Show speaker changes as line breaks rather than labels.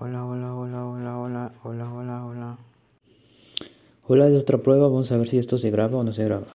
Hola, hola, hola, hola, hola, hola, hola, hola.
Hola, es otra prueba. Vamos a ver si esto se graba o no se graba.